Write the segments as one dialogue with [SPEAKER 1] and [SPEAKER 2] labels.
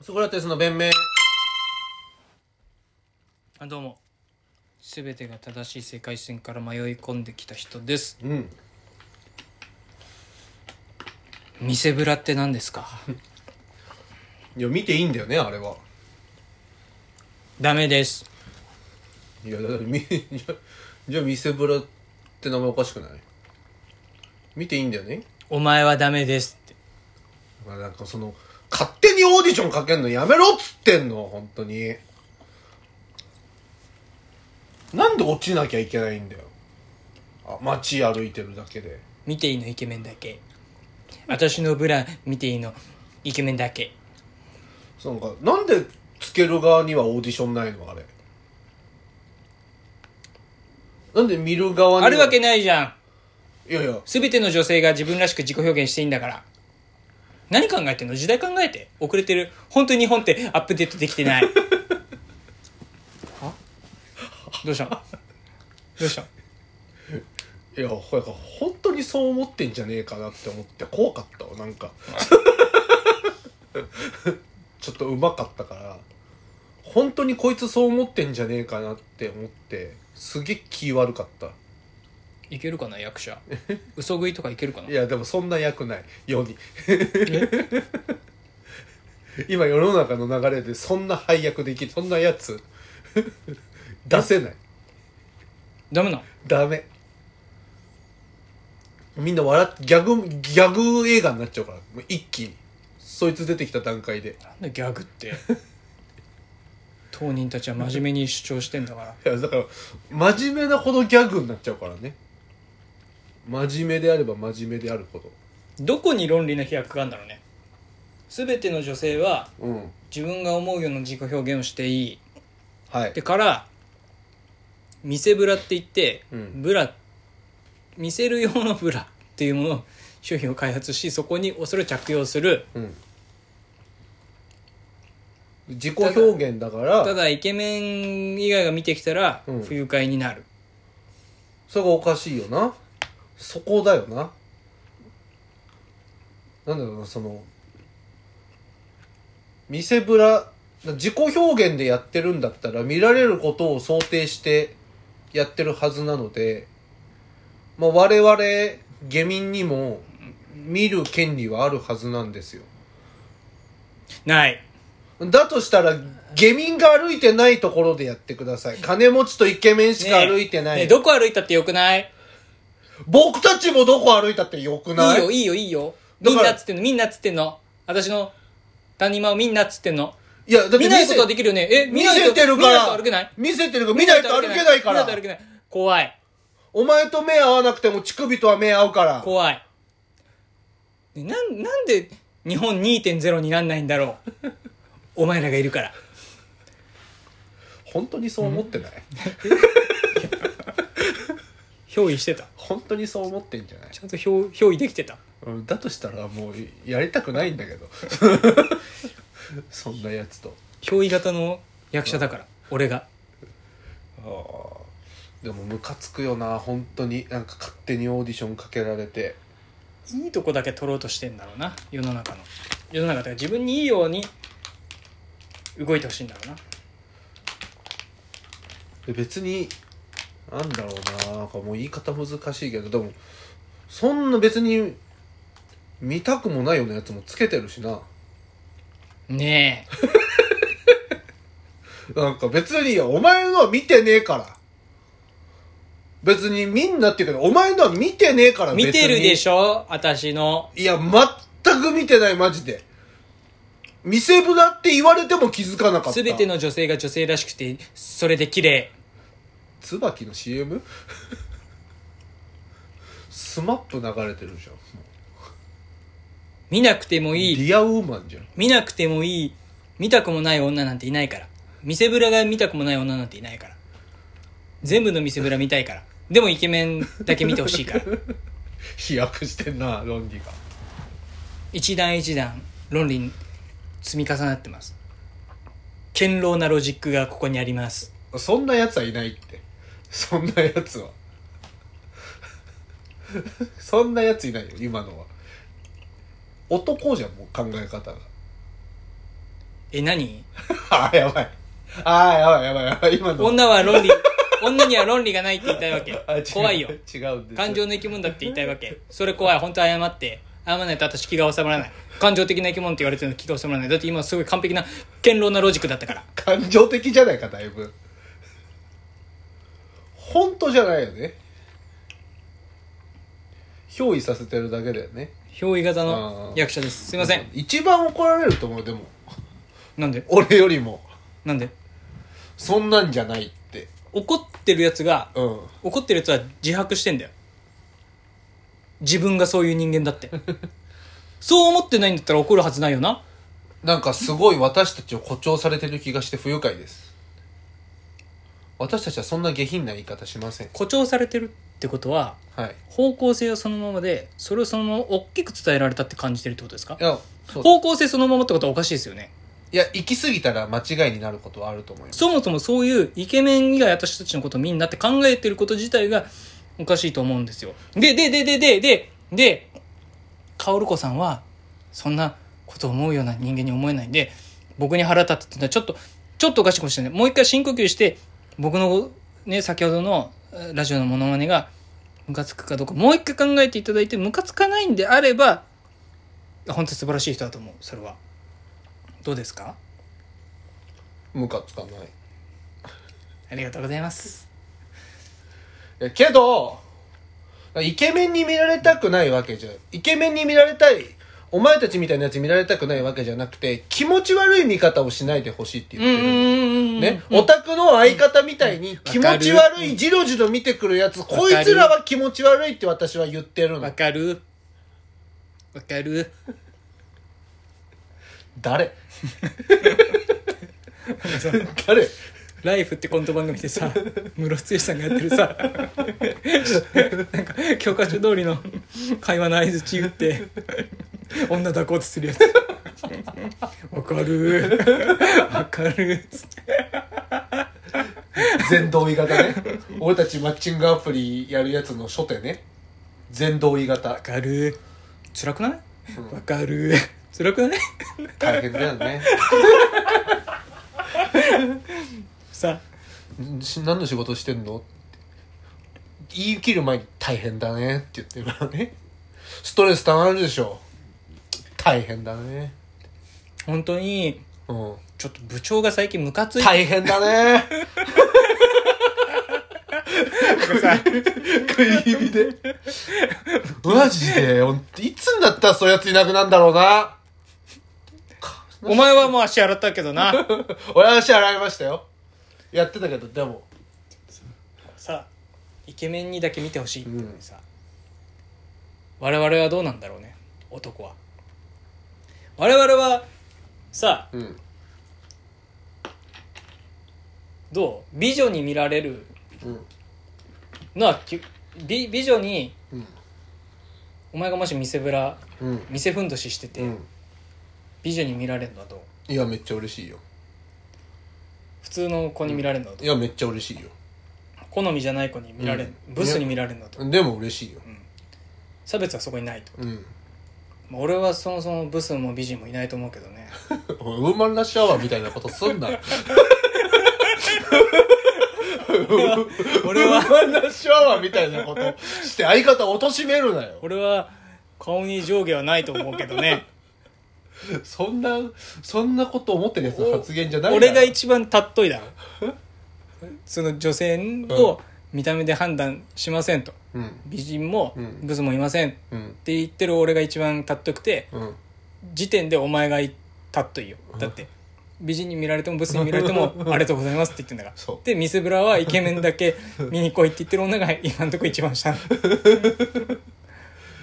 [SPEAKER 1] ソクラテスの弁明
[SPEAKER 2] あどうも全てが正しい世界線から迷い込んできた人です
[SPEAKER 1] うん
[SPEAKER 2] 見せぶらって何ですか
[SPEAKER 1] いや見ていいんだよねあれは
[SPEAKER 2] ダメです
[SPEAKER 1] いやだからみじゃじゃあ見せぶらって名前おかしくない見ていいんだよね
[SPEAKER 2] お前はダメですって
[SPEAKER 1] まあなんかその勝手にオーディションかけんのやめろっつってんの本当になんで落ちなきゃいけないんだよあ街歩いてるだけで
[SPEAKER 2] 見ていいのイケメンだけ私のブラ見ていいのイケメンだけ
[SPEAKER 1] そうなんかなんでつける側にはオーディションないのあれなんで見る側には
[SPEAKER 2] あるわけないじゃん
[SPEAKER 1] いやいや
[SPEAKER 2] 全ての女性が自分らしく自己表現していいんだから何考えてんの時代考えて遅れてる本当に日本ってアップデートできてないはどうしたのどうしたの
[SPEAKER 1] いやほやか本当にそう思ってんじゃねえかなって思って怖かったわなんか ちょっとうまかったから本当にこいつそう思ってんじゃねえかなって思ってすげえ気悪かった
[SPEAKER 2] いけるかな役者嘘食いとかいけるかない
[SPEAKER 1] やでもそんな役ない世に 今世の中の流れでそんな配役できるそんなやつ 出せない
[SPEAKER 2] ダメなの
[SPEAKER 1] ダメみんな笑っギャグギャグ映画になっちゃうからもう一気にそいつ出てきた段階で
[SPEAKER 2] なんだギャグって当人たちは真面目に主張してんだから
[SPEAKER 1] いやだから真面目なほどギャグになっちゃうからね真面目であれば真面目であるほど
[SPEAKER 2] どこに論理の飛躍があるんだろうね全ての女性は
[SPEAKER 1] うん
[SPEAKER 2] 自分が思うような自己表現をしていい
[SPEAKER 1] はい
[SPEAKER 2] でから見せブラって言って、
[SPEAKER 1] うん
[SPEAKER 2] ブラ見せる用のブラっていうものを商品を開発しそこにそれを着用する
[SPEAKER 1] うん自己表現だから
[SPEAKER 2] ただイケメン以外が見てきたら
[SPEAKER 1] うん
[SPEAKER 2] 不愉快になる、
[SPEAKER 1] それがおかしいよなそこだよななんだろうなその見せぶら自己表現でやってるんだったら見られることを想定してやってるはずなので、まあ、我々下民にも見る権利はあるはずなんですよ
[SPEAKER 2] ない
[SPEAKER 1] だとしたら下民が歩いてないところでやってください金持ちとイケメンしか
[SPEAKER 2] ねえ
[SPEAKER 1] 歩いてない、
[SPEAKER 2] ねえどこ歩いたってよくない
[SPEAKER 1] 僕たちもどこ歩いたってよくない
[SPEAKER 2] いいよ、いいよ、いいよ。
[SPEAKER 1] だ
[SPEAKER 2] み
[SPEAKER 1] か
[SPEAKER 2] ん
[SPEAKER 1] ら
[SPEAKER 2] なっつってんの、みんなっつってんの。私の谷間をみんなっつってんの。
[SPEAKER 1] いや、だって
[SPEAKER 2] 見ないことはできるよね。え、
[SPEAKER 1] 見
[SPEAKER 2] 見ないと
[SPEAKER 1] せてるか
[SPEAKER 2] 見ないと
[SPEAKER 1] ら
[SPEAKER 2] 歩けない。
[SPEAKER 1] 見せてるから見ないと歩けないから
[SPEAKER 2] 見ないと歩けない。怖い。
[SPEAKER 1] お前と目合わなくても乳首とは目合うから
[SPEAKER 2] 怖い。ねなん、なんで日本2.0になんないんだろう。お前らがいるから。
[SPEAKER 1] 本当にそう思ってない
[SPEAKER 2] 憑依してた。
[SPEAKER 1] 本当にそう思ってんじゃない
[SPEAKER 2] ちゃんと憑憑依できてた。
[SPEAKER 1] うんだとしたらもうやりたくないんだけ どそんなやつと
[SPEAKER 2] 憑依型の役者だから、俺が。
[SPEAKER 1] あーでもムカつくよな本当になんか勝手にオーディションかけられて
[SPEAKER 2] いいとこだけ取ろうとしてんだろうな世の中の世の中だから自分にいいように動いてほしいんだろうな
[SPEAKER 1] で別になんだろうななんかもう言い方難しいけどでもそんな別に見たくもないようなやつもつけてるしな
[SPEAKER 2] ねえ
[SPEAKER 1] なんか別に、お前のは見てねえから。別にみんなって言うけど、お前のは見てねえから別に
[SPEAKER 2] 見てるでしょ私の
[SPEAKER 1] いや、全く見てない、マジで。見せぶらって言われても気づかなかった。
[SPEAKER 2] 全て。の女性が女性らしくてそれで綺麗
[SPEAKER 1] 椿の CM? スマップ流れてるじゃん。も
[SPEAKER 2] 見なくても
[SPEAKER 1] う
[SPEAKER 2] いい
[SPEAKER 1] リアウーマンじゃん。
[SPEAKER 2] 見なくてもいい見たくもない女なんていないから見せぶらが見たくもない女なんていないから全部の見せぶら見たいからでもイケメンだけ見てほしいから
[SPEAKER 1] 飛躍してんな、論理が。
[SPEAKER 2] 一段一段論理に積み重なってます堅牢なロジックがここにあります
[SPEAKER 1] そんなやつはいないって。そんなやつは。そんなやついないよ、今のは。男じゃん、もう考え方が。
[SPEAKER 2] え何
[SPEAKER 1] あー、やばい。あー、やばい、やばい、やばい。今の。
[SPEAKER 2] 女は論理 女には論理がないって言いたいわけ
[SPEAKER 1] あ違う
[SPEAKER 2] 怖いよ
[SPEAKER 1] 違うんです
[SPEAKER 2] 感情の生き物だって言いたいわけそれ怖い本当謝って謝らないと私気が収まらない感情的な生き物って言われてるの気が収まらないだって今すごい完璧な堅牢なロジックだったから
[SPEAKER 1] 感情的じゃないか、だいぶ。本当じゃないよね。憑依させてるだけだよね。
[SPEAKER 2] 憑依型の役者ですすいません。
[SPEAKER 1] 一番怒られると思う、でも。
[SPEAKER 2] なんで
[SPEAKER 1] 俺よりも。
[SPEAKER 2] なんで
[SPEAKER 1] そんなんじゃないって。
[SPEAKER 2] 怒ってるやつが
[SPEAKER 1] うん。
[SPEAKER 2] 怒ってるやつは自白してんだよ自分がそういう人間だって そう思ってないんだったら怒るはずないよな
[SPEAKER 1] なんかすごい私たちを誇張されてる気がして不愉快です。私たちはそんな下品な言い方しません。
[SPEAKER 2] 誇張されてるってことは
[SPEAKER 1] はい。
[SPEAKER 2] 方向性はそのままでそれをそのまま大きく伝えられたって感じてるってことですか
[SPEAKER 1] いや、そう
[SPEAKER 2] 方向性そのままってことはおかしいですよね
[SPEAKER 1] いや、行き過ぎたら間違いになることはあると思います。
[SPEAKER 2] そもそもそういうイケメン以外私たちのことをみんなって考えてること自体がおかしいと思うんですよででででででで薫子さんはそんなことを思うような人間に思えないんで僕に腹立ったっていうのはちょっとちょっとおかしいかもしれないもう一回深呼吸して僕のね先ほどのえーラジオのモノマネがムカつくかどうかもう一回考えていただいてムカつかないんであれば本当に素晴らしい人だと思うそれはどうですか
[SPEAKER 1] ムカつかない。い
[SPEAKER 2] ありがとうございます
[SPEAKER 1] や、けど、イケメンに見られたくないわけじゃ、イケメンに見られたい、お前たちみたいなやつ見られたくないわけじゃなくて、気持ち悪い見方をしないでほしいって言ってるの。ね
[SPEAKER 2] ね、
[SPEAKER 1] オタクの相方みたいに気持ち悪い、じろじろ見てくるやつ、こいつらは気持ち悪いって私は言ってる
[SPEAKER 2] わ
[SPEAKER 1] の。
[SPEAKER 2] かるわかる
[SPEAKER 1] 誰誰
[SPEAKER 2] 「ライフってコント番組でさムロツヨシさんがやってるさなんか教科書通りの会話の相づち打って女抱こうとするやつわかるわかるつって
[SPEAKER 1] 全同意型ね。 俺たちマッチングアプリやるやつの初手ね。全同意型
[SPEAKER 2] わ。かる辛くないわかる辛くない
[SPEAKER 1] 大変だよね。
[SPEAKER 2] さ
[SPEAKER 1] し何の仕事してんのって言い切る前に大変だねって言ってるからね。ストレス溜まるでしょ。大変だね。
[SPEAKER 2] 本当に
[SPEAKER 1] うん。
[SPEAKER 2] ちょっと部長が最近ムカついて
[SPEAKER 1] 大変だね。食い気味で。マジで、ほんといつになったらそういうやついなくなんだろうな。
[SPEAKER 2] お前はもう足洗ったけどな
[SPEAKER 1] 俺は足洗いましたよ。やってたけど、でも。
[SPEAKER 2] さイケメンにだけ見てほしいっていうのに
[SPEAKER 1] うん
[SPEAKER 2] さ、我々はどうなんだろうね男は我々はさ
[SPEAKER 1] うん。
[SPEAKER 2] どう美女に見られる
[SPEAKER 1] うん。
[SPEAKER 2] のはき美美女に
[SPEAKER 1] うん。
[SPEAKER 2] お前がもし見せぶら
[SPEAKER 1] うん。
[SPEAKER 2] 見せふんどししてて、
[SPEAKER 1] うん。
[SPEAKER 2] 美女に見られるのはどう
[SPEAKER 1] いや、めっちゃ嬉しいよ。
[SPEAKER 2] 普通の子に見られるのはど、
[SPEAKER 1] いうや、めっちゃ嬉しいよ。
[SPEAKER 2] 好みじゃない子に見られる、
[SPEAKER 1] うん
[SPEAKER 2] ブスに見られるのはどう、
[SPEAKER 1] でも嬉しいよ。
[SPEAKER 2] 差別はそこにないと
[SPEAKER 1] うん。
[SPEAKER 2] まあ俺はそもそもブスも美人もいないと思うけど ね
[SPEAKER 1] おいウーマンラッシュアワーみたいなことすん な。
[SPEAKER 2] 俺は
[SPEAKER 1] ウーマンラッシュアワーみたいなことして相方を貶めるなよ。
[SPEAKER 2] 俺は顔に上下は ないと思うけどね
[SPEAKER 1] そんな、そんなこと思ってるやつの発言じゃない
[SPEAKER 2] 俺が
[SPEAKER 1] 一
[SPEAKER 2] 一番たっといだろ その女性を見た目で判断しませんと
[SPEAKER 1] うん。
[SPEAKER 2] 美人も
[SPEAKER 1] うん
[SPEAKER 2] ブスもいませんっ
[SPEAKER 1] うん。
[SPEAKER 2] て言ってる俺が一番たっとくて
[SPEAKER 1] うん。
[SPEAKER 2] 時点でお前がたっといいよだって美人に見られてもブスに見られてもありがとうございますって言ってん だから
[SPEAKER 1] そう
[SPEAKER 2] でミスブラはイケメンだけ見に来いって言ってる女が今んとこ一番下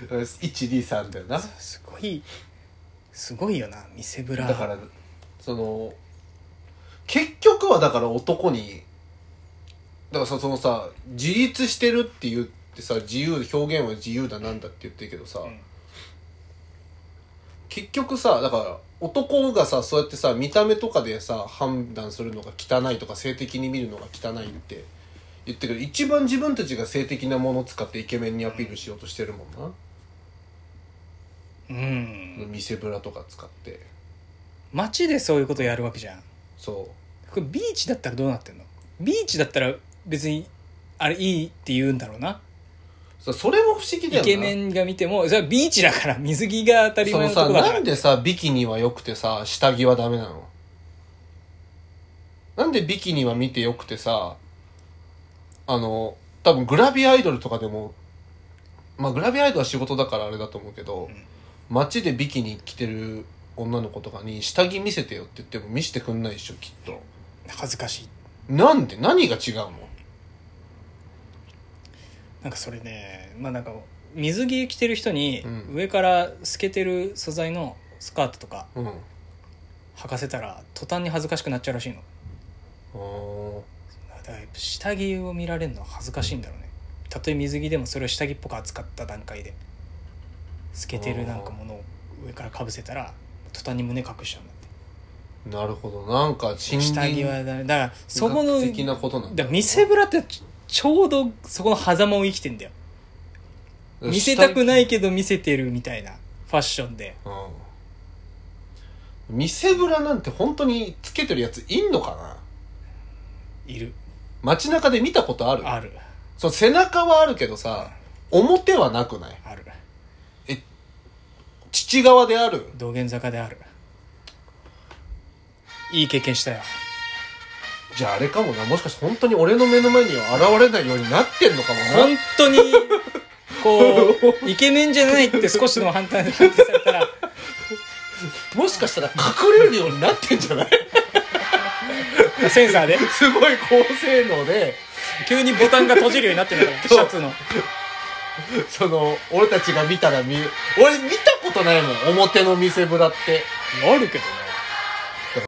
[SPEAKER 1] 123だよな。
[SPEAKER 2] すごいすごいよなミスブラ
[SPEAKER 1] だから、その、結局はだから男に、だからさ、そのさ、自立してるって言ってさ、自由、表現は自由だなんだって言ってるけどさ、
[SPEAKER 2] ん
[SPEAKER 1] 結局さ、だから、男がさ、そうやってさ、見た目とかでさ、判断するのが汚いとか、性的に見るのが汚いって言ってるけど、一番自分たちが性的なものを使ってイケメンにアピールしようとしてるもんな。
[SPEAKER 2] うん
[SPEAKER 1] 見せぶらとか使って。
[SPEAKER 2] 街でそういうことやるわけじゃん
[SPEAKER 1] そ
[SPEAKER 2] これビーチだったらどうなってんのビーチだったら別にあれいいって言うんだろうな
[SPEAKER 1] うそそれも不思議だよな
[SPEAKER 2] イケメンが見てもそれはビーチだから水着が当たり
[SPEAKER 1] そ
[SPEAKER 2] 前
[SPEAKER 1] の
[SPEAKER 2] のと
[SPEAKER 1] さ
[SPEAKER 2] こだか
[SPEAKER 1] な
[SPEAKER 2] ら
[SPEAKER 1] んでさビキニは良くてさ下着はダメなのなんでビキニは見て良くてさあの多分グラビアアイドルとかでもまあグラビアアイドルは仕事だからあれだと思うけど、街でビキニ着てる女の子とかに下着見せてよって言っても見せてくんないでしょきっと
[SPEAKER 2] 恥ずかしい
[SPEAKER 1] なんで何が違うの
[SPEAKER 2] なんかそれねまあなんか水着着てる人に
[SPEAKER 1] うん
[SPEAKER 2] 上から透けてる素材のスカートとか
[SPEAKER 1] うんあ
[SPEAKER 2] 履かせたら途端に恥ずかしくなっちゃうらしいの
[SPEAKER 1] ー
[SPEAKER 2] だからやっぱ下着を見られるのは恥ずかしいんだろうねたとえ水着でもそれを下着っぽく扱った段階で透けてるなんかものを上からかぶせたら途端に胸隠しちゃうんだって
[SPEAKER 1] なるほどなんか心
[SPEAKER 2] 下着
[SPEAKER 1] 理
[SPEAKER 2] はだめだからそこの
[SPEAKER 1] 的なことなんだ
[SPEAKER 2] だから見せぶらってちょちょうどそこの狭間を生きてんだよ見せたくないけど見せてるみたいなファッションで
[SPEAKER 1] うん見せぶらなんて本当につけてるやついんのかない
[SPEAKER 2] る
[SPEAKER 1] 街中で見たことある
[SPEAKER 2] ある
[SPEAKER 1] その背中はあるけどさ表はなくない
[SPEAKER 2] ある
[SPEAKER 1] 父側である
[SPEAKER 2] 道玄坂であるいい経験したよ
[SPEAKER 1] じゃああれかもなもしかして本当に俺の目の前には現れないようになってんのかもな
[SPEAKER 2] 本当にこうイケメンじゃないって少しでも判断判定されたら
[SPEAKER 1] もしかしたら隠れるようになってんじゃない
[SPEAKER 2] センサーです
[SPEAKER 1] ごい高性能で
[SPEAKER 2] 急にボタンが閉じるようになってるからシ
[SPEAKER 1] そう
[SPEAKER 2] ャツの
[SPEAKER 1] その俺たちが見たら見俺見たことないもん表の見せぶらって
[SPEAKER 2] あるけどね